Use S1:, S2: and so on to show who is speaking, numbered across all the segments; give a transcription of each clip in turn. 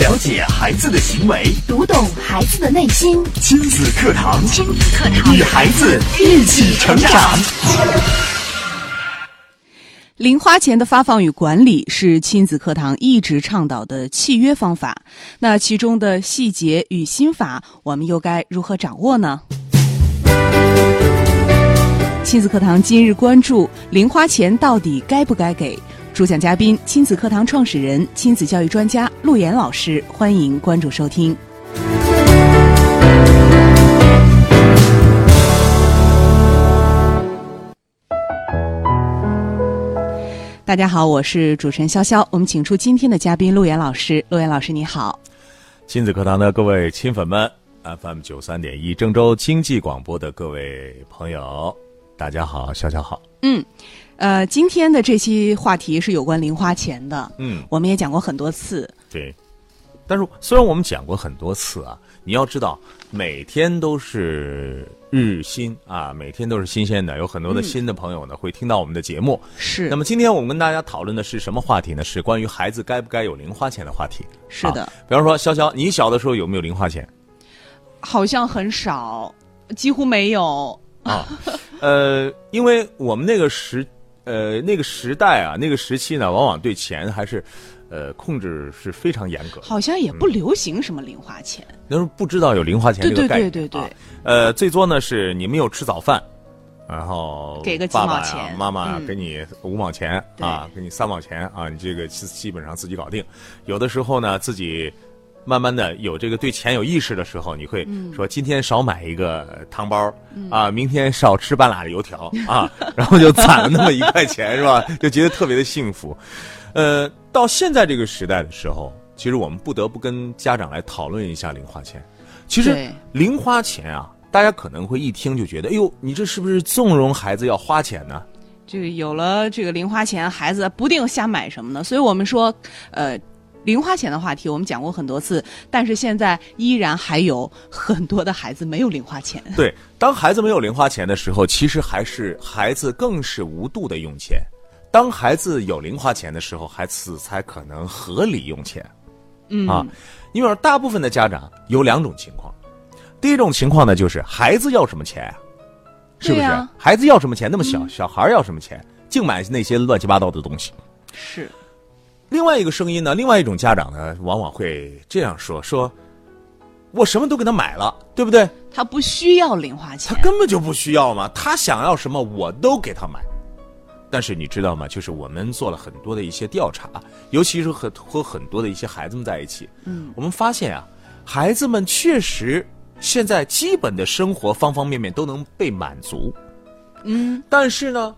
S1: 了解孩子的行为，
S2: 读懂孩子的内心。
S1: 亲子课堂，
S2: 亲子课堂
S1: 与孩子一起成长。
S3: 零花钱的发放与管理是亲子课堂一直倡导的契约方法，那其中的细节与心法，我们又该如何掌握呢？亲子课堂今日关注：零花钱到底该不该给？主讲嘉宾：亲子课堂创始人、亲子教育专家陆岩老师，欢迎关注收听。大家好，我是主持人潇潇。我们请出今天的嘉宾陆岩老师。陆岩老师，你好。
S4: 亲子课堂的各位亲粉们，FM 九三点一郑州经济广播的各位朋友，大家好，小小好。
S3: 嗯，呃，今天的这期话题是有关零花钱的。
S4: 嗯，
S3: 我们也讲过很多次。
S4: 对。但是虽然我们讲过很多次啊，你要知道，每天都是日新啊，每天都是新鲜的，有很多
S1: 嗯
S4: 的新的朋友呢、会听到我们的节目。
S3: 是，
S4: 那么今天我们跟大家讨论的是什么话题呢？是关于孩子该不该有零花钱的话题。
S3: 是的
S4: 啊，比方说，潇潇，你小的时候有没有零花钱？
S3: 好像很少，几乎没有。
S4: 啊，呃，因为我们那个时，呃，那个时代啊，那个时期呢，往往对钱还是，呃，控制是非常严格的。
S3: 好像也不流行什么零花钱，
S4: 那时候不知道有零花钱这个概念，
S3: 对对对对
S4: 啊呃，最多呢是你没有吃早饭，然后
S3: 给个几
S4: 爸爸
S3: 毛钱
S4: 呀妈妈
S3: 嗯
S4: 给你五毛钱、啊，给你三毛钱啊，你这个基基本上自己搞定。有的时候呢，自己慢慢的有这个对钱有意识的时候，你会
S3: 嗯
S4: 说今天少买一个汤包、啊，明天少吃半拉的油条啊， 然后就攒了那么一块钱是吧？就觉得特别的幸福。呃，到现在这个时代的时候，其实我们不得不跟家长来讨论一下零花钱。其实
S3: 对
S4: 零花钱啊，大家可能会一听就觉得，哎呦，你这是不是纵容孩子要花钱呢？
S3: 这个有了这个零花钱，孩子不定瞎买什么呢。所以我们说，呃，零花钱的话题我们讲过很多次，但是现在依然还有很多的孩子没有零花钱。
S4: 对，当孩子没有零花钱的时候，其实还是孩子更是无度的用钱。当孩子有零花钱的时候，孩子才可能合理用钱。嗯啊，因为大部分的家长有两种情况，第一种情况呢，就是孩子要什么钱啊，是不
S3: 对
S4: 是？
S3: 啊
S4: 孩子要什么钱？那么小、小孩儿要什么钱？净买那些乱七八糟的东西。
S3: 是，
S4: 另外一个声音呢，另外一种家长呢，往往会这样说：说我什么都给他买了，对不对？
S3: 他不需要零花
S4: 他
S3: 钱。
S4: 根本就不需要嘛，他想要什么我都给他买。但是你知道吗？就是我们做了很多的一些调查，尤其是和和很多的一些孩子们在一起，嗯，我们发现啊，孩子们确实现在基本的生活方方面面都能被满足，嗯，但是呢，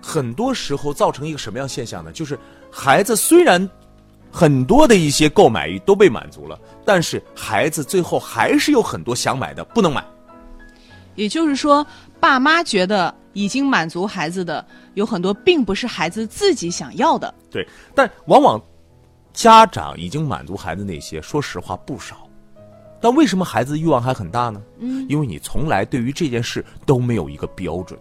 S4: 很多时候造成一个什么样现象呢？就是孩子虽然很多的一些购买欲都被满足了，但是孩子最后还是有很多想买的不能买。
S3: 也就是说，爸妈觉得已经满足孩子的，有很多并不是孩子自己想要的。
S4: 对，但往往家长已经满足孩子那些，说实话不少。但为什么孩子欲望还很大呢？嗯，因为你从来对于这件事都没有一个标准。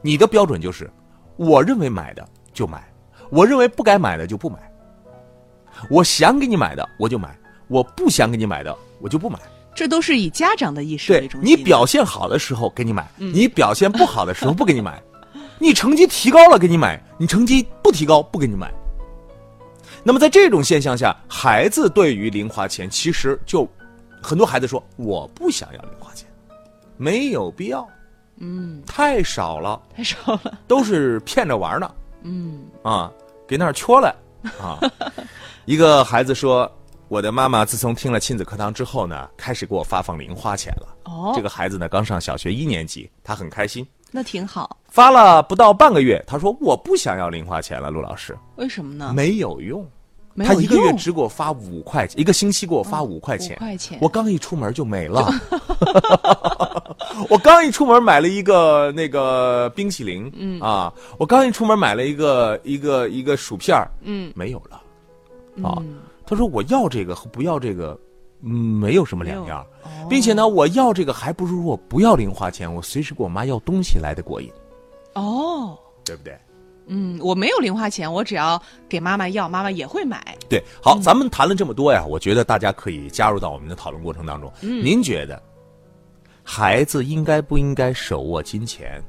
S4: 你的标准就是，我认为买的就买，我认为不该买的就不买。我想给你买的我就买，我不想给你买的我就不买。
S3: 这都是以家长的意识为
S4: 对
S3: 中心嗯
S4: 你
S3: 的。
S4: 表现好的时候给你买，你表现不好的时候不给你买， 你成绩提高了给你买，你成绩不提高不给你买。那么在这种现象下，孩子对于零花钱其实就很多孩子说我不想要零花钱，没有必要，嗯，太少了，
S3: 太少了。
S4: 都是骗着玩呢，嗯啊，给那儿戳了啊。一个孩子说，我的妈妈自从听了亲子课堂之后呢，开始给我发放零花钱了。
S3: 哦，
S4: 这个孩子呢刚上小学一年级，他很开心。
S3: 那挺好。
S4: 发了不到半个月，他说我不想要零花钱了，陆老师
S3: 为什么呢？
S4: 没有用，
S3: 没
S4: 他
S3: 有
S4: 一个月
S3: 用哦
S4: 只给我发五块钱，一个星期给我发五块钱，
S3: 五块钱
S4: 我刚一出门就没了， 我刚一出门买了一个那个冰淇淋，嗯啊，我刚一出门买了一个一个一个薯片嗯，没有了，
S3: 嗯
S4: 啊，他说我要这个和不要这个，嗯，没有什么两样，
S3: 哦
S4: 并且呢，我要这个还不如我不要零花钱，我随时给我妈要东西来的过瘾，
S3: 哦，
S4: 对不对？
S3: 嗯，我没有零花钱，我只要给妈妈要，妈妈也会买。
S4: 对，好，
S3: 嗯
S4: 咱们谈了这么多呀，我觉得大家可以加入到我们的讨论过程当中。
S3: 嗯
S4: 您觉得孩子应该不应该手握金钱？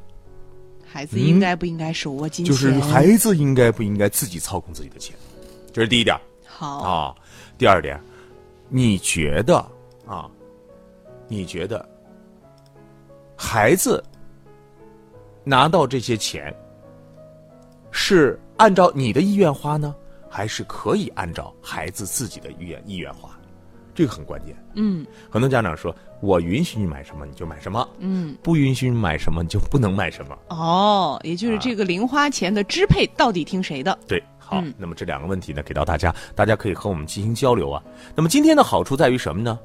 S3: 孩子应该不应该手握金钱？
S4: 就是孩子应该不应该自己操控自己的钱？这是第一点啊、
S3: 好，
S4: 第二点，你觉得啊？你觉得孩子拿到这些钱是按照你的意愿花呢，还是可以按照孩子自己的意愿意愿花？这个很关键。
S3: 嗯，
S4: 很多家长说：“我允许你买什么你就买什么，
S3: 嗯，
S4: 不允许你买什么你就不能买什么。”
S3: 哦，也就是这个零花钱的支配到底听谁的？
S4: 对，好，
S3: 嗯
S4: 那么这两个问题呢，给到大家，大家可以和我们进行交流啊。那么今天的好处在于什么呢？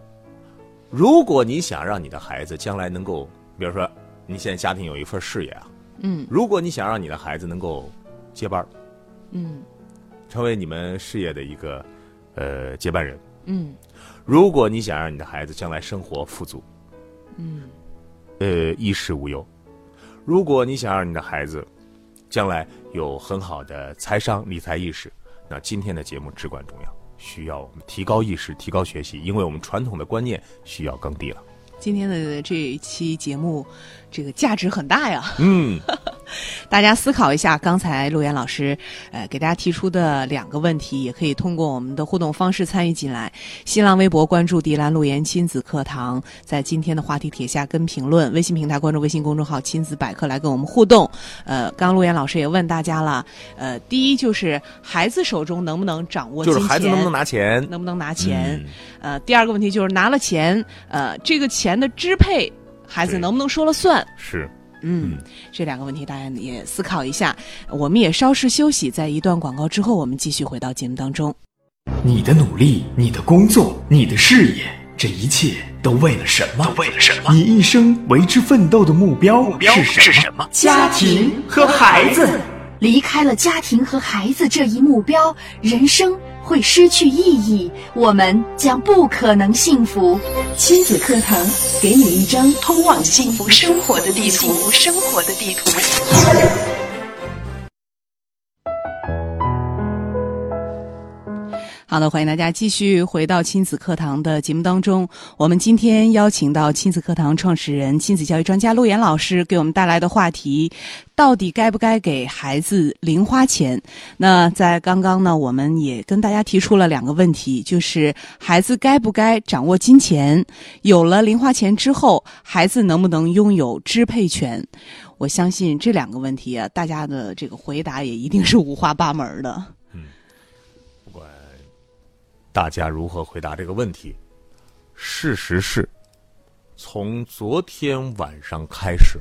S4: 如果你想让你的孩子将来能够，比如说你现在家庭有一份事业啊，
S3: 嗯
S4: 如果你想让你的孩子能够接班儿，
S3: 嗯
S4: 成为你们事业的一个呃接班人，
S3: 嗯
S4: 如果你想让你的孩子将来生活富足，嗯，呃，衣食无忧，如果你想让你的孩子将来有很好的财商理财意识，那今天的节目至关重要，需要我们提高意识、提高学习，因为我们传统的观念需要更替了。
S3: 今天的这一期节目，这个价值很大呀。
S4: 嗯，
S3: 大家思考一下刚才陆岩老师呃给大家提出的两个问题，也可以通过我们的互动方式参与进来。新浪微博关注“迪兰陆岩亲子课堂”，在今天的话题帖下跟评论；微信平台关注微信公众号“亲子百科”来跟我们互动。呃，刚刚陆岩老师也问大家了，呃，第一就是孩子手中能不能掌握
S4: 就
S3: 金
S4: 是
S3: 钱，
S4: 孩子能不能拿钱？
S3: 能不能拿钱？
S4: 嗯
S3: 呃，第二个问题就是拿了钱，呃，这个钱的支配，孩子
S4: 对
S3: 能不能说了算？
S4: 是，
S3: 嗯
S4: 嗯，
S3: 这两个问题大家也思考一下。我们也稍事休息，在一段广告之后，我们继续回到节目当中。
S1: 你的努力，你的工作，你的事业，这一切都为了什么？都为了什么？你一生为之奋斗的目标是什么？是什么？
S2: 家庭和孩子。离开了家庭和孩子这一目标，人生会失去意义，我们将不可能幸福。亲子课堂给你一张通往幸福生活的地图。生活的地图。
S3: 好的，欢迎大家继续回到亲子课堂的节目当中。我们今天邀请到亲子课堂创始人、亲子教育专家陆岩老师给我们带来的话题，到底该不该给孩子零花钱？那在刚刚呢，我们也跟大家提出了两个问题，就是孩子该不该掌握金钱？有了零花钱之后，孩子能不能拥有支配权？我相信这两个问题啊，大家的这个回答也一定是五花八门的。
S4: 大家如何回答这个问题？事实是，从昨天晚上开始，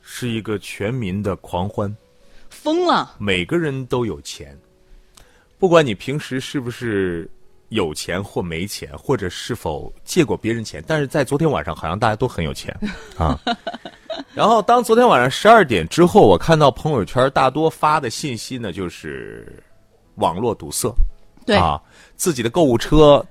S4: 是一个全民的狂欢，
S3: 疯了，
S4: 每个人都有钱，不管你平时是不是有钱或没钱，或者是否借过别人钱，但是在昨天晚上好像大家都很有钱啊。然后，当昨天晚上十二点之后，我看到朋友圈大多发的信息呢，就是网络堵塞，
S3: 对，
S4: 啊，自己的购物车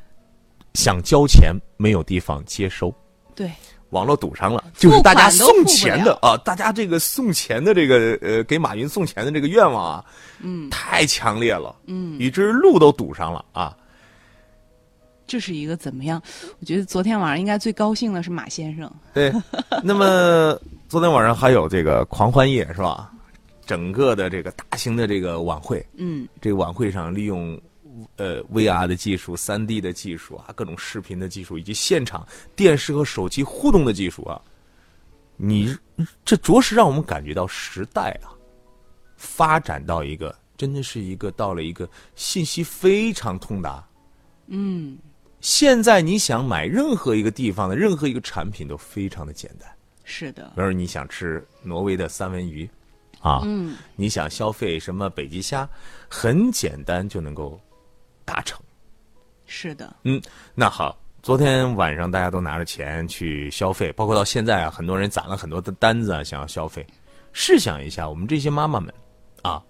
S4: 想交钱没有地方接收，
S3: 对，
S4: 网络堵上了，
S3: 付
S4: 就
S3: 款
S4: 是大家
S3: 都
S4: 送
S3: 付不
S4: 钱
S3: 了
S4: 的啊，大家这个送钱的这个呃，给马云送钱的这个愿望啊，嗯，太强烈了，嗯，以至于路都堵上了啊，
S3: 这是一个怎么样？我觉得昨天晚上应该最高兴的是马先生。
S4: 对，那么昨天晚上还有这个狂欢夜是吧？整个的这个大型的这个晚会，
S3: 嗯，
S4: 这个晚会上利用呃 VR 的技术、三 D 的技术啊，各种视频的技术，以及现场电视和手机互动的技术啊，你这着实让我们感觉到时代啊发展到一个真的是一个到了一个信息非常通达。嗯，现在你想买任何一个地方的任何一个产品都非常的简单。
S3: 是的，
S4: 比如你想吃挪威的三文鱼，啊，嗯，你想消费什么北极虾，很简单就能够达成。
S3: 是的，
S4: 嗯，那好，昨天晚上大家都拿着钱去消费，包括到现在啊，很多人攒了很多的单子啊，想要消费。试想一下，我们这些妈妈们，啊，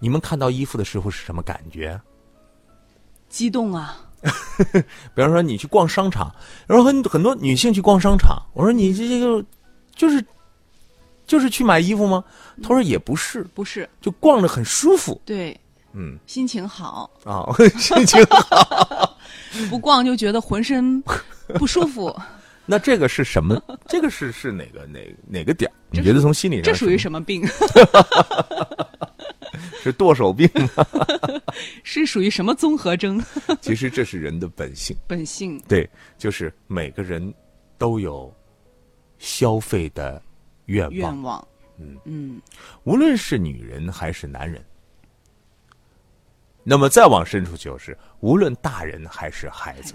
S4: 你们看到衣服的时候是什么感觉啊？
S3: 激动啊！
S4: 比方说你去逛商场，然后很很多女性去逛商场，我说你这这个就是就是去买衣服吗？他说也不是，
S3: 不是，
S4: 就逛着很舒服。
S3: 对，
S4: 嗯
S3: 心情好，
S4: 啊，心情
S3: 不逛就觉得浑身不舒 服，
S4: 那这个是什么？这个是是哪个哪哪个点儿？你觉得从心理上
S3: 这属于
S4: 么？
S3: 什么病？
S4: 是剁手 病吗？
S3: 是属于什么综合征？
S4: 其实这是人的本性，
S3: 本性
S4: 对，就是每个人都有消费的愿望，
S3: 愿望，嗯
S4: 无论是女人还是男人。那么再往深处就是，无论大人还是孩
S3: 孩
S4: 子，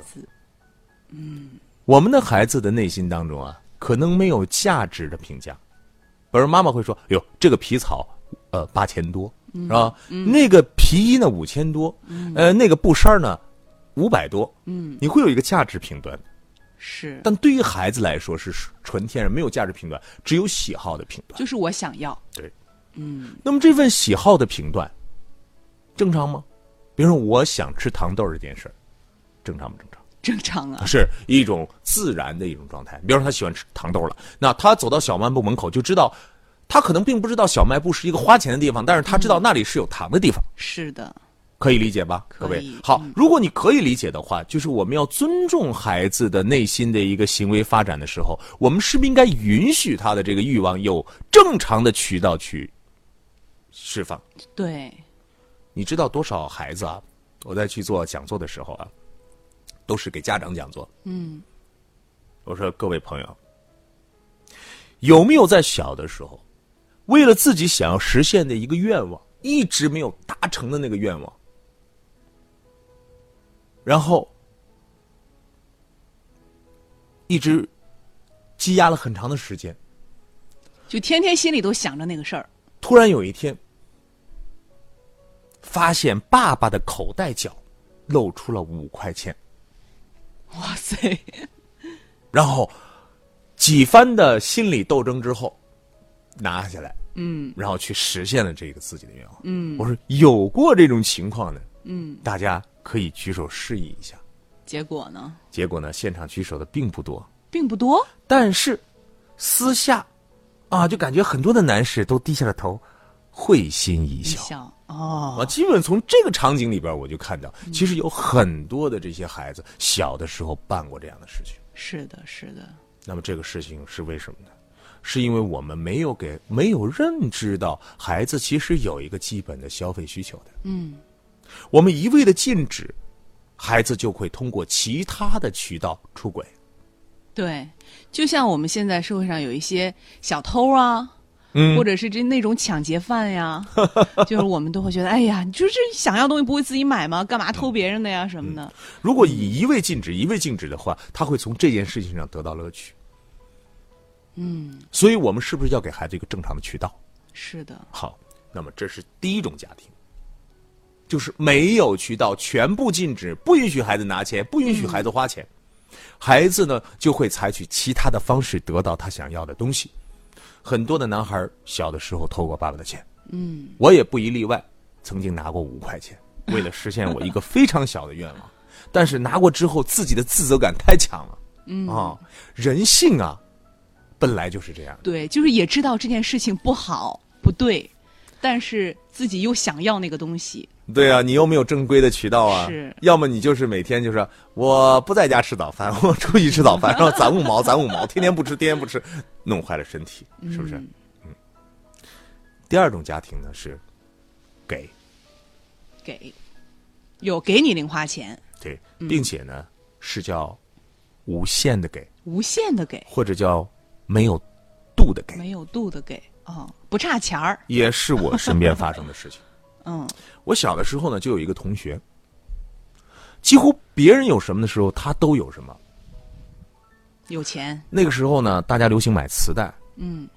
S4: 嗯
S3: 子，
S4: 我们的孩子的内心当中啊，可能没有价值的评价，比如妈妈会说：“哟，这个皮草，呃，八千多，
S3: 嗯
S4: 是吧？那个皮衣呢，五千多，呃，那个布衫儿呢，五百多。”嗯，你会有一个价值评断，
S3: 是，
S4: 但对于孩子来说是纯天然没有价值评断，只有喜好的评断。
S3: 就是我想要，
S4: 对，
S3: 嗯，
S4: 那么这份喜好的评断，正常吗？比如说我想吃糖豆儿这件事儿，正常不正常？
S3: 正常啊，
S4: 是一种自然的一种状态。比如说他喜欢吃糖豆了，那他走到小卖部门口就知道，他可能并不知道小卖部是一个花钱的地方，但是他知道那里是有糖的地方，
S3: 是的，
S4: 可以理解吧？
S3: 可
S4: 各
S3: 以
S4: 位，好
S3: 嗯，
S4: 如果你可以理解的话，就是我们要尊重孩子的内心的一个行为发展的时候，我们是不是应该允许他的这个欲望有正常的渠道去释放？
S3: 对，
S4: 你知道多少孩子啊？我在去做讲座的时候啊，都是给家长讲座。嗯，我说各位朋友，有没有在小的时候，为了自己想要实现的一个愿望，一直没有达成的那个愿望，然后一直积压了很长的时间，
S3: 就天天心里都想着那个事儿，
S4: 突然有一天，发现爸爸的口袋角露出了五块钱，
S3: 哇塞，
S4: 然后几番的心理斗争之后，拿下来，
S3: 嗯，
S4: 然后去实现了这个自己的愿望。嗯，我说有过这种情况的，
S3: 嗯，
S4: 大家可以举手示意一下。
S3: 结果呢，
S4: 结果呢，现场举手的并不多，
S3: 并不多，
S4: 但是私下啊，就感觉很多的男士都低下了头，会心一
S3: 一
S4: 笑。
S3: 笑
S4: 啊，嗯
S3: 哦，
S4: 基本从这个场景里边，我就看到，其实有很多的这些孩子小的时候办过这样的事情。
S3: 是的，是的，
S4: 那么这个事情是为什么呢？是因为我们没有给没有认知到孩子其实有一个基本的消费需求的。嗯，我们一味的禁止，孩子就会通过其他的渠道出轨。
S3: 对，就像我们现在社会上有一些小偷啊，
S4: 嗯
S3: 或者是这那种抢劫 犯呀，就是我们都会觉得，哎呀，你就是想要东西不会自己买吗？干嘛偷别人的呀什么的？
S4: 如果以一味禁止一味禁止的话，他会从这件事情上得到乐趣。嗯，所以我们是不是要给孩子一个正常的渠道？
S3: 是的，
S4: 好，那么这是第一种家庭，就是没有渠道，全部禁止，不允许孩子拿钱，不允许孩子花钱，孩子呢就会采取其他的方式得到他想要的东西。很多的男孩儿小的时候偷过爸爸的钱，嗯，我也不一例外，曾经拿过五块钱，为了实现我一个非常小的愿望，但是拿过之后自己的自责感太强了，嗯啊、人性啊，本来就是这样的。
S3: 对，就是也知道这件事情不好不对，但是自己又想要那个东西，
S4: 对啊，你又没有正规的渠道啊，
S3: 是
S4: 要么你就是每天就是我不在家吃早饭， 我出去吃早饭，然后攒五毛，攒五毛，天天不吃，天天不吃，弄坏了身体，是不是？嗯。第二种家庭呢是给
S3: 给有给你零花钱，
S4: 对，并且呢、是叫无限的给，
S3: 无限的给，
S4: 或者叫没有度的给，
S3: 没有度的给啊、哦不差钱儿，
S4: 也是我身边发生的事情。
S3: 嗯，
S4: 我小的时候呢，就有一个同学，几乎别人有什么的时候，他都有什么。
S3: 有钱，
S4: 那个时候呢，大家流行买磁带，
S3: 嗯，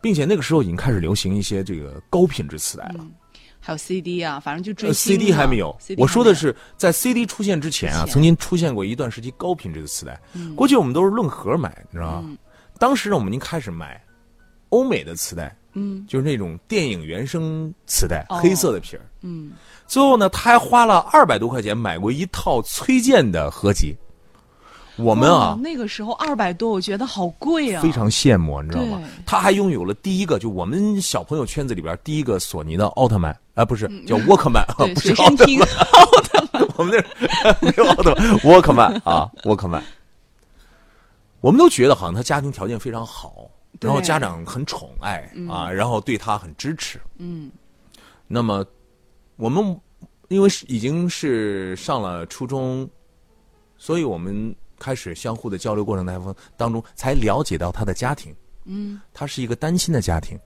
S4: 并且那个时候已经开始流行一些这个高品质磁带了。
S3: 嗯还有 CD 啊，反正就追
S4: 呃
S3: 星、
S4: CD 还没有
S3: CD
S4: 我说的
S3: 还没有
S4: 是在 CD 出现之前啊，
S3: 之前嗯
S4: 曾经出现过一段时期高品质的磁带。过去我们都是论盒买，你知道吗？当时呢，我们已经开始买欧美的磁带，嗯，就是那种电影原声磁带，
S3: 哦
S4: 黑色的皮儿。
S3: 嗯，
S4: 最后呢，他还花了二百多块钱买过一套崔健的合集。我们啊
S3: 哦，那个时候二百多，我觉得好贵啊，
S4: 非常羡慕，你知道吗
S3: 对？
S4: 他还拥有了第一个，就我们小朋友圈子里边第一个索尼的奥特曼，啊、不是叫沃克曼，
S3: 嗯
S4: 啊
S3: 对，
S4: 不是
S3: 随
S4: 奥
S3: 身
S4: 特
S3: 听
S4: 曼，，我们那没有奥特曼，沃克曼啊，沃克曼。我们都觉得好像他家庭条件非常好，
S3: 对
S4: 然后家长很宠爱、啊，然后对他很支持。嗯，那么我们因为是已经是上了初中，所以我们开始相互的交流过程当中当中才了解到他的家庭。嗯，他是一个单亲的家庭，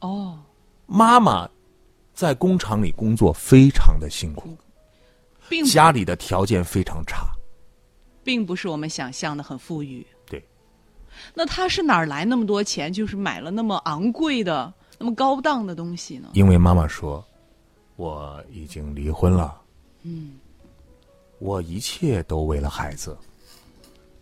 S3: 哦，
S4: 妈妈在工厂里工作非常的辛苦，
S3: 并不
S4: 家里的条件非常差。
S3: 并不是我们想象的很富裕。
S4: 对，
S3: 那他是哪儿来那么多钱？就是买了那么昂贵的、那么高档的东西呢？
S4: 因为妈妈说我已经离婚了，嗯，我一切都为了孩子，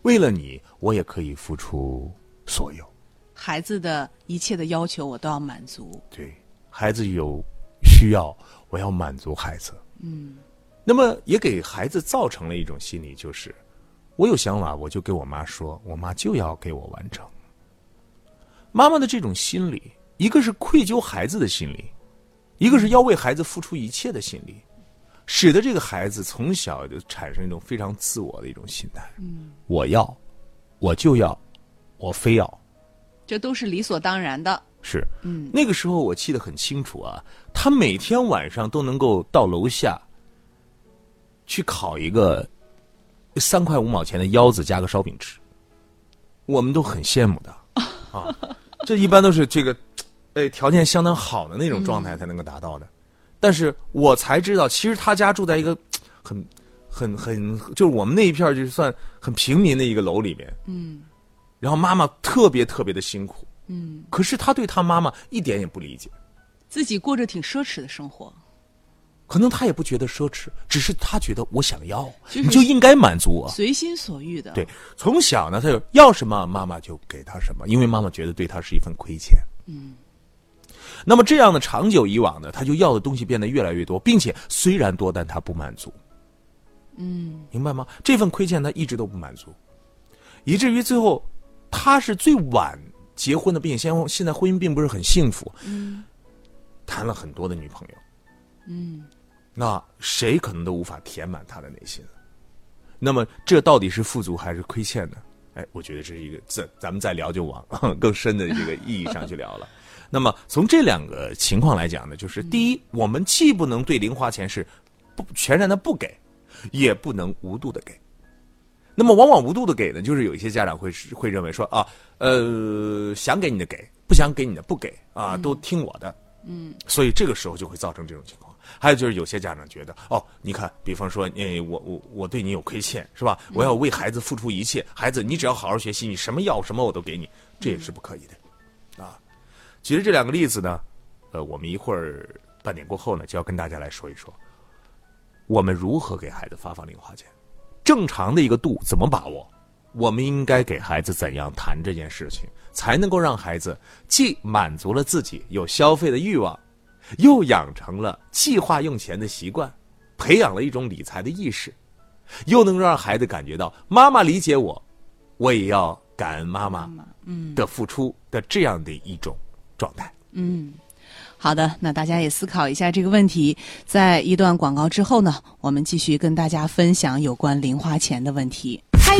S4: 为了你，我也可以付出所有。
S3: 孩子的一切的要求我都要满足。
S4: 对孩子有需要，我要满足孩子。嗯，那么也给孩子造成了一种心理，就是我有想法，我就跟我妈说，我妈就要给我完成。妈妈的这种心理，一个是愧疚孩子的心理，一个是要为孩子付出一切的心理，使得这个孩子从小就产生一种非常自我的一种心态。嗯，我要，我就要，我非要。
S3: 这都是理所当然的。
S4: 是，嗯，那个时候我记得很清楚啊，他每天晚上都能够到楼下去烤一个三块五毛钱的腰子加个烧饼吃，我们都很羡慕的啊。 这一般都是这个，哎，条件相当好的那种状态才能够达到的。但是我才知道，其实他家住在一个很、很、很，就是我们那一片儿就算很平民的一个楼里面，嗯。然后妈妈特别特别的辛苦，可是他对他妈妈一点也不理解，
S3: 自己过着挺奢侈的生活，
S4: 可能他也不觉得奢侈，只是他觉得我想要，
S3: 就是
S4: 你就应该满足我。
S3: 随心所欲的。
S4: 对，，从小呢，他就要什么妈妈就给他什么，因为妈妈觉得对他是一份亏欠。嗯，那么这样的长久以往呢，他就要的东西变得越来越多，并且虽然多，但他不满足。嗯，明白吗？这份亏欠他一直都不满足，以至于最后他是最晚结婚的，并且现现在婚姻并不是很幸福。嗯，谈了很多的女朋友。嗯，那谁可能都无法填满他的内心。那么这到底是富足还是亏欠呢？哎，我觉得这是一个这咱们再聊就往更深的这个意义上去聊了。 那么从这两个情况来讲呢，就是第一，我们既不能对零花钱是不全然的不给，也不能无度的给。那么往往无度的给呢，就是有一些家长会是会认为说啊，呃，想给你的给，不想给你的不给啊，都听我的。所以这个时候就会造成这种情况。还有就是有些家长觉得，哦，你看，比方说，哎，我我我对你有亏欠，是吧？我要为孩子付出一切，孩子，你只要好好学习，你什么要什么我都给你，这也是不可以的，啊。其实这两个例子呢，呃，我们一会儿半点过后呢，就要跟大家来说一说，我们如何给孩子发放零花钱，正常的一个度怎么把握？我们应该给孩子怎样谈这件事情，才能够让孩子既满足了自己有消费的欲望，又养成了计划用钱的习惯，培养了一种理财的意识，又能让孩子感觉到妈妈理解我，我也要感恩妈妈嗯的付出的这样的一种状态。
S3: 好的，那大家也思考一下这个问题。在一段广告之后呢，我们继续跟大家分享有关零花钱的问题。
S2: 开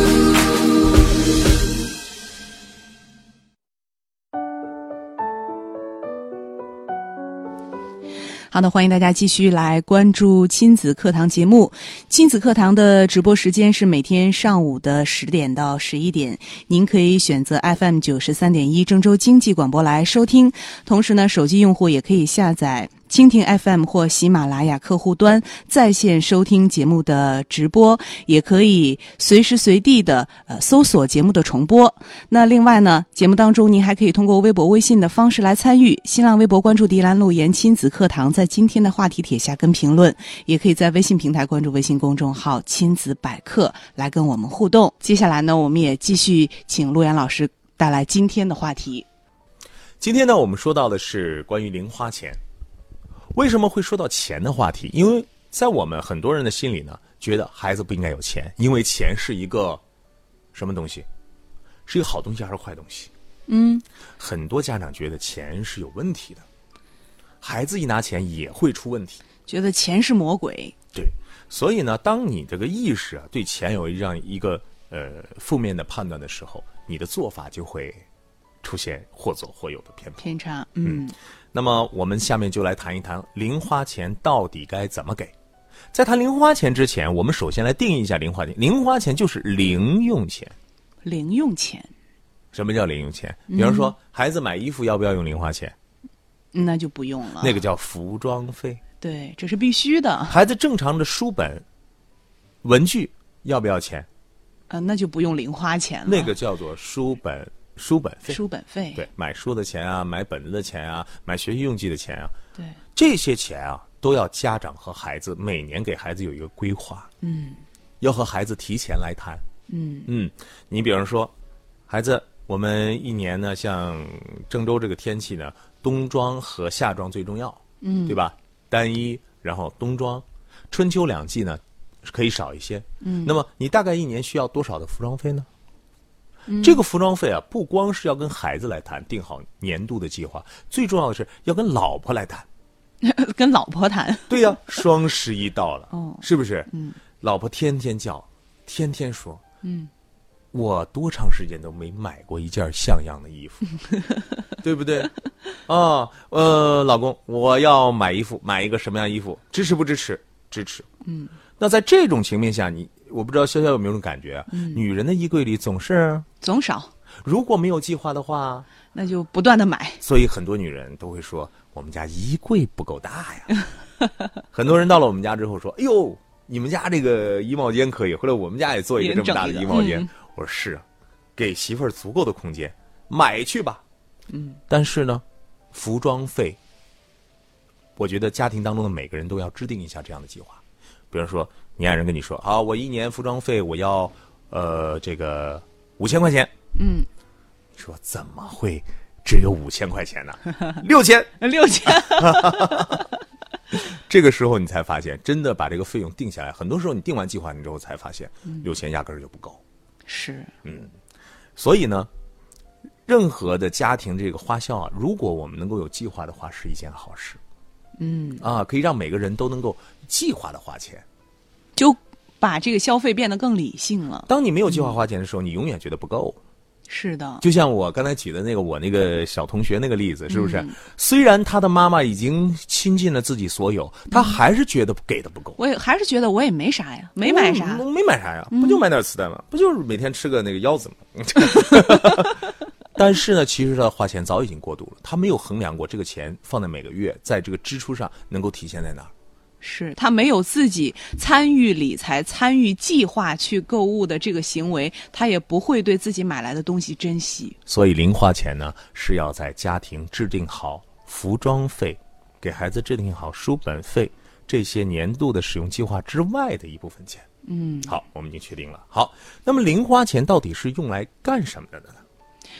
S3: 好的，欢迎大家继续来关注亲子课堂节目。亲子课堂的直播时间是每天上午的十点到十一点，您可以选择 FM 九十三点一郑州经济广播来收听。同时呢，手机用户也可以下载。蜻蜓 FM 或喜马拉雅客户端在线收听节目的直播，也可以随时随地的呃搜索节目的重播。那另外呢，节目当中您还可以通过微博、微信的方式来参与。新浪微博关注“迪兰路言亲子课堂”，在今天的话题帖下跟评论；也可以在微信平台关注微信公众号“亲子百科”来跟我们互动。接下来呢，我们也继续请陆岩老师带来今天的话题。
S4: 今天呢，我们说到的是关于零花钱。为什么会说到钱的话题？因为在我们很多人的心里呢，觉得孩子不应该有钱，因为钱是一个什么东西？是一个好东西还是坏东西？
S3: 嗯，
S4: 很多家长觉得钱是有问题的，孩子一拿钱也会出问题。
S3: 觉得钱是魔鬼，
S4: 对，所以呢，当你这个意识啊对钱有这样一个呃负面的判断的时候，你的做法就会出现或左或右的偏颇。
S3: 偏差。嗯，
S4: 那么我们下面就来谈一谈零花钱到底该怎么给。在谈零花钱之前，我们首先来定义一下零花钱。零花钱就是零用钱。
S3: 零用钱，
S4: 什么叫零用钱？比方说，孩子买衣服要不要用零花钱？
S3: 那就不用了。
S4: 那个叫服装费。
S3: 对，这是必须的啊、
S4: 孩子正常的书本、文具要不要钱？
S3: 呃那就不用零花钱了。
S4: 那个叫做书本书本费。
S3: 书本费，
S4: 对，买书的钱啊，买本子的钱啊，买学习用具的钱啊，
S3: 对
S4: 这些钱啊，都要家长和孩子每年给孩子有一个规划，嗯，要和孩子提前来谈，嗯嗯，你比方说，孩子，我们一年呢，像郑州这个天气呢，冬装和夏装最重要，嗯，对吧？单一，然后冬装，春秋两季呢，可以少一些，嗯，那么你大概一年需要多少的服装费呢？这个服装费啊，不光是要跟孩子来谈，定好年度的计划，最重要的是要跟老婆来谈。
S3: 跟老婆谈，
S4: 对呀、双十一到了，
S3: 哦
S4: 是不是？嗯，老婆天天叫，天天说，嗯，我多长时间都没买过一件像样的衣 服，对不对？啊，呃，老公，我要买衣服，买一个什么样衣服？支持不支持？支持。嗯，那在这种情面下，你我不知道潇潇有没有这种感觉啊？女人的衣柜里总是
S3: 总少，
S4: 如果没有计划的话，
S3: 那就不断的买。
S4: 所以很多女人都会说：“我们家衣柜不够大呀。” 很多人到了我们家之后说：“哎呦，你们家这个衣帽间可以，回来我们家也做一个这么大的衣帽间。
S3: 也整一个嗯
S4: 我说：“是啊，给媳妇儿足够的空间，买去吧。”嗯，但是呢，服装费，我觉得家庭当中的每个人都要制定一下这样的计划。比如说，你爱人跟你说：“好，我一年服装费我要，呃，这个五千块钱。”
S3: 嗯，
S4: 说怎么会只有五千块钱呢？六千。
S3: 六千，
S4: 这个时候你才发现，真的把这个费用定下来，很多时候你定完计划你之后才发现，六千压根儿就不够。
S3: 是
S4: 所以呢，任何的家庭这个花销啊，如果我们能够有计划的话，是一件好事。嗯啊，可以让每个人都能够计划的花钱。
S3: 就把这个消费变得更理性了。
S4: 当你没有计划花钱的时候，你永远觉得不够。
S3: 是的，
S4: 就像我刚才举的那个我那个小同学那个例子，是不是？
S3: 嗯
S4: 虽然他的妈妈已经倾尽了自己所有，
S3: 嗯
S4: 他还是觉得给的不够。
S3: 我也还是觉得我也没啥呀，没买啥嗯
S4: 嗯。没买啥呀，不就买点磁带吗？不就是每天吃个那个腰子 吗？但是呢，其实他花钱早已经过度了，他没有衡量过这个钱放在每个月在这个支出上能够体现在哪儿。
S3: 是他没有自己参与理财、参与计划去购物的这个行为，他也不会对自己买来的东西珍惜。
S4: 所以零花钱呢，是要在家庭制定好服装费，给孩子制定好书本费这些年度的使用计划之外的一部分钱。嗯，好，我们已经确定了。好，那么零花钱到底是用来干什么的呢？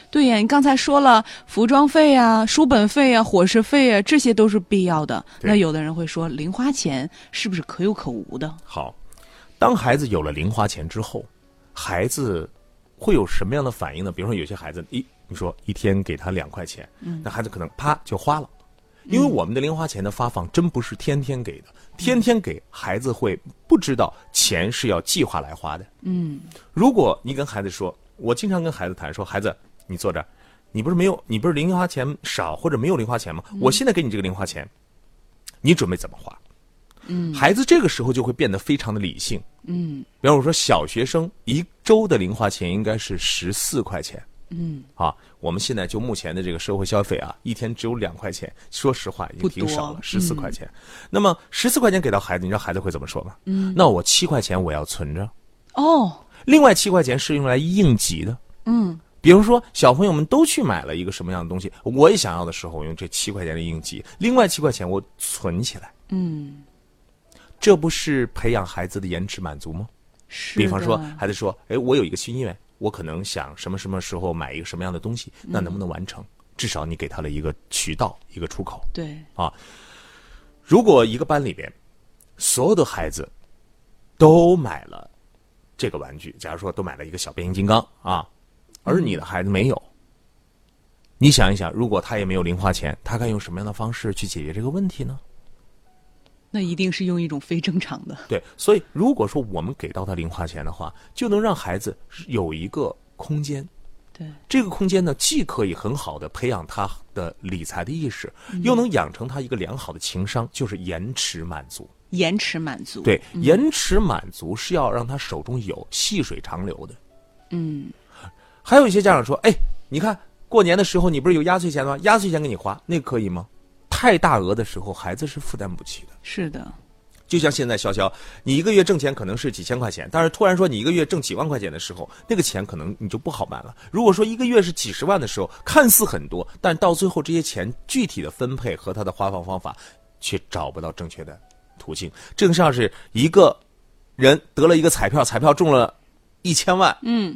S3: 对呀，你刚才说了服装费啊、书本费啊、伙食费啊，这些都是必要的。
S4: 对
S3: 那有的人会说，零花钱是不是可有可无的？
S4: 好，当孩子有了零花钱之后，孩子会有什么样的反应呢？比如说，有些孩子一你说一天给他两块钱，那孩子可能啪就花了，因为我们的零花钱的发放真不是天天给的，天天给孩子会不知道钱是要计划来花的。嗯，如果你跟孩子说，我经常跟孩子谈说，孩子，你坐这儿。你不是没有，你不是零花钱少或者没有零花钱吗？我现在给你这个零花钱，你准备怎么花？孩子这个时候就会变得非常的理性。嗯，比方我说小学生一周的零花钱应该是十四块钱。嗯，
S1: 嗯，啊，我们现在就目前的这个社会消费啊，一天只有两块钱，说实话已经挺少了，
S3: 不
S1: 十四块钱。那么十四块钱给到孩子，你知道孩子会怎么说吗？嗯，那我七块钱我要存着，
S3: 哦，
S1: 另外七块钱是用来应急的。
S3: 嗯，
S1: 比如说小朋友们都去买了一个什么样的东西，我也想要的时候，我用这七块钱来应急，另外七块钱我存起来。嗯，这不是培养孩子的延迟满足吗？
S3: 是
S1: 比方说
S3: 的，
S1: 孩子说：“哎，我有一个心愿，我可能想什么什么时候买一个什么样的东西，那能不能完成？至少你给他了一个渠道，一个出口。
S3: 对，
S1: 如果一个班里边所有的孩子都买了这个玩具，假如说都买了一个小变形金刚啊，而你的孩子没有，你想一想，如果他也没有零花钱，他该用什么样的方式去解决这个问题呢？
S3: 那一定是用一种非正常的，
S1: 对，所以如果说我们给到他零花钱的话，就能让孩子有一个空间。
S3: 对，
S1: 这个空间呢，既可以很好的培养他的理财的意识，又能养成他一个良好的情商，就是延迟满足。
S3: 延迟满足，
S1: 对，延迟满足是要让他手中有，细水长流的。
S3: 嗯，
S1: 还有一些家长说：“哎，你看过年的时候，你不是有压岁钱吗？压岁钱给你花，那个可以吗？”太大额的时候，孩子是负担不起的。
S3: 是的，
S1: 就像现在潇潇，你一个月挣钱可能是几千块钱，但是突然说你一个月挣几万块钱的时候，那个钱可能你就不好办了。如果说一个月是几十万的时候，看似很多，但到最后这些钱具体的分配和它的花放方法，却找不到正确的途径。正像是一个人得了一个彩票，彩票中了一千万，
S3: 嗯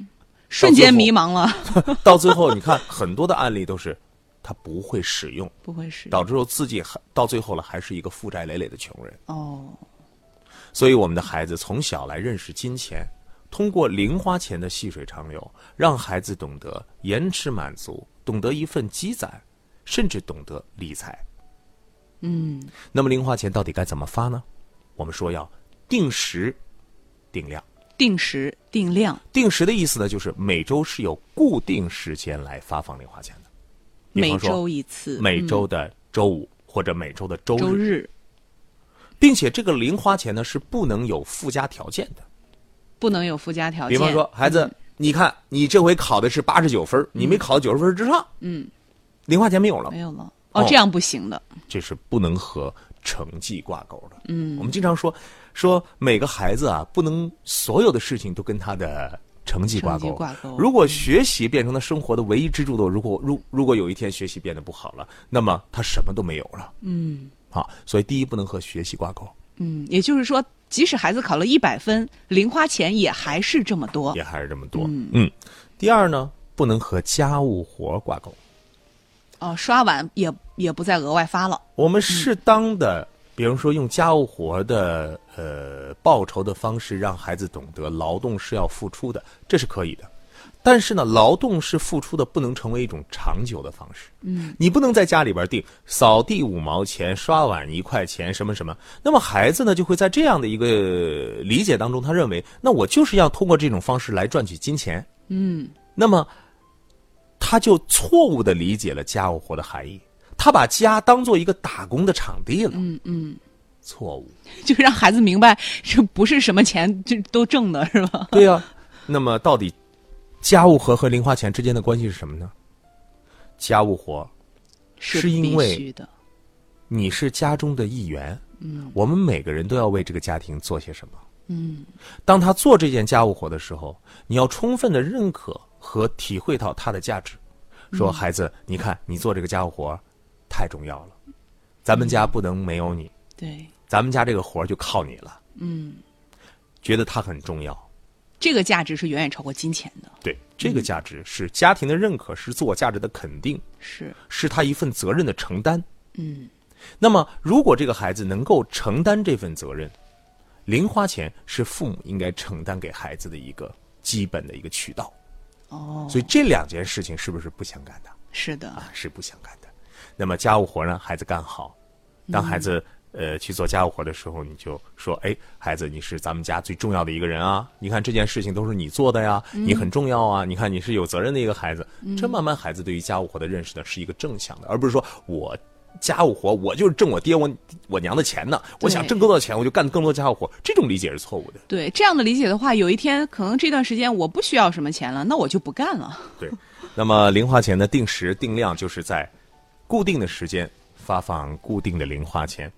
S3: 瞬间
S1: 后
S3: 迷茫了，
S1: 到最后你看很多的案例都是他不会使用，
S3: 不会是
S1: 导致说自己还到最后了还是一个负债累累的穷人。
S3: 哦，
S1: 所以，我们的孩子从小来认识金钱，通过零花钱的细水长流，让孩子懂得延迟满足，懂得一份积攒，甚至懂得理财。嗯，那么零花钱到底该怎么发呢？我们说要定时、定量。
S3: 定时定量，
S1: 定时的意思呢，就是每周是有固定时间来发放零花钱的，比
S3: 每
S1: 方说
S3: 周一次，
S1: 每周的周五或者每周的周
S3: 周
S1: 日，
S3: 日
S1: 并且这个零花钱呢是不能有附加条件的。
S3: 不能有附加条件，
S1: 比方说，孩子，你看你这回考的是八十九分儿，你没考九十分儿之上，嗯，零花钱没有了
S3: 没，有了，哦，
S1: 哦
S3: 这样不行的，
S1: 这是不能和成绩挂钩的。嗯，我们经常说，说每个孩子啊，不能所有的事情都跟他的。成绩挂
S3: 成
S1: 钩，
S3: 绩挂钩
S1: 如果学习变成了生活的唯一支柱的，如果如如果有一天学习变得不好了，那么他什么都没有了。嗯，啊，所以第一不能和学习挂钩，
S3: 嗯，也就是说，即使孩子考了一百分，零花钱也还是这么多
S1: 也，还是这么多。嗯第二呢，不能和家务活挂钩。
S3: 哦，刷碗也也不再额外发了，
S1: 我们适当的，比如说用家务活的呃报酬的方式，让孩子懂得劳动是要付出的，这是可以的。但是呢，劳动是付出的，不能成为一种长久的方式。嗯，你不能在家里边定扫地五毛钱、刷碗一块钱什么什么。那么孩子呢，就会在这样的一个呃理解当中，他认为，那我就是要通过这种方式来赚取金钱。嗯，那么他就错误的理解了家务活的含义，他把家当做一个打工的场地了。嗯嗯，错误。
S3: 就让孩子明白这不是什么钱就都挣的是吧？
S1: 对呀、那么到底家务活和零花钱之间的关系是什么呢？家务活，是因
S3: 必
S1: 为
S3: 须的，
S1: 你是家中的一员。嗯，我们每个人都要为这个家庭做些什么。嗯，当他做这件家务活的时候，你要充分的认可和体会到它的价值。说孩子，你看你做这个家务活太重要了，咱们家不能没有你。
S3: 对，
S1: 咱们家这个活儿就靠你了。嗯，觉得它很重要。
S3: 这个价值是远远超过金钱的，
S1: 对，这个价值是家庭的认可，是自我价值的肯定，
S3: 是
S1: 是他一份责任的承担。嗯，那么如果这个孩子能够承担这份责任，零花钱是父母应该承担给孩子的一个基本的一个渠道。
S3: 哦，
S1: 所以这两件事情是不是不相干的？
S3: 是的，
S1: 是不相干的。那么家务活呢，孩子干好。当孩子、呃去做家务活的时候，你就说：“哎，孩子，你是咱们家最重要的一个人啊！你看这件事情都是你做的呀，你很重要啊！你看你是有责任的一个孩子。这慢慢孩子对于家务活的认识呢，是一个正向的，而不是说我。家务活，我就是挣我爹我我娘的钱呢。我想
S3: 对
S1: 挣更多的钱，我就干更多家务活。这种理解是错误的。
S3: 对这样的理解的话，有一天可能这段时间我不需要什么钱了，那我就不干了，
S1: 对，那么零花钱的定时定量就是在固定的时间发放固定的零花钱。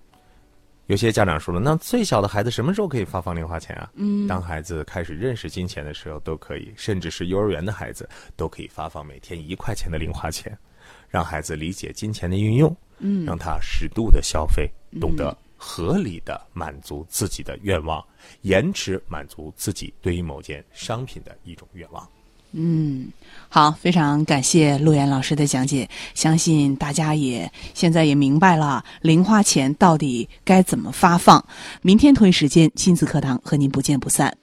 S1: 有些家长说了，那最小的孩子什么时候可以发放零花钱啊？嗯，当孩子开始认识金钱的时候都可以，甚至是幼儿园的孩子都可以发放每天一块钱的零花钱，让孩子理解金钱的运用，嗯，让他适度的消费，懂得合理的满足自己的愿望，延迟满足自己对于某件商品的一种愿望。
S3: 嗯好，非常感谢陆岩老师的讲解，相信大家也现在也明白了零花钱到底该怎么发放。明天同一时间，亲子课堂和您不见不散。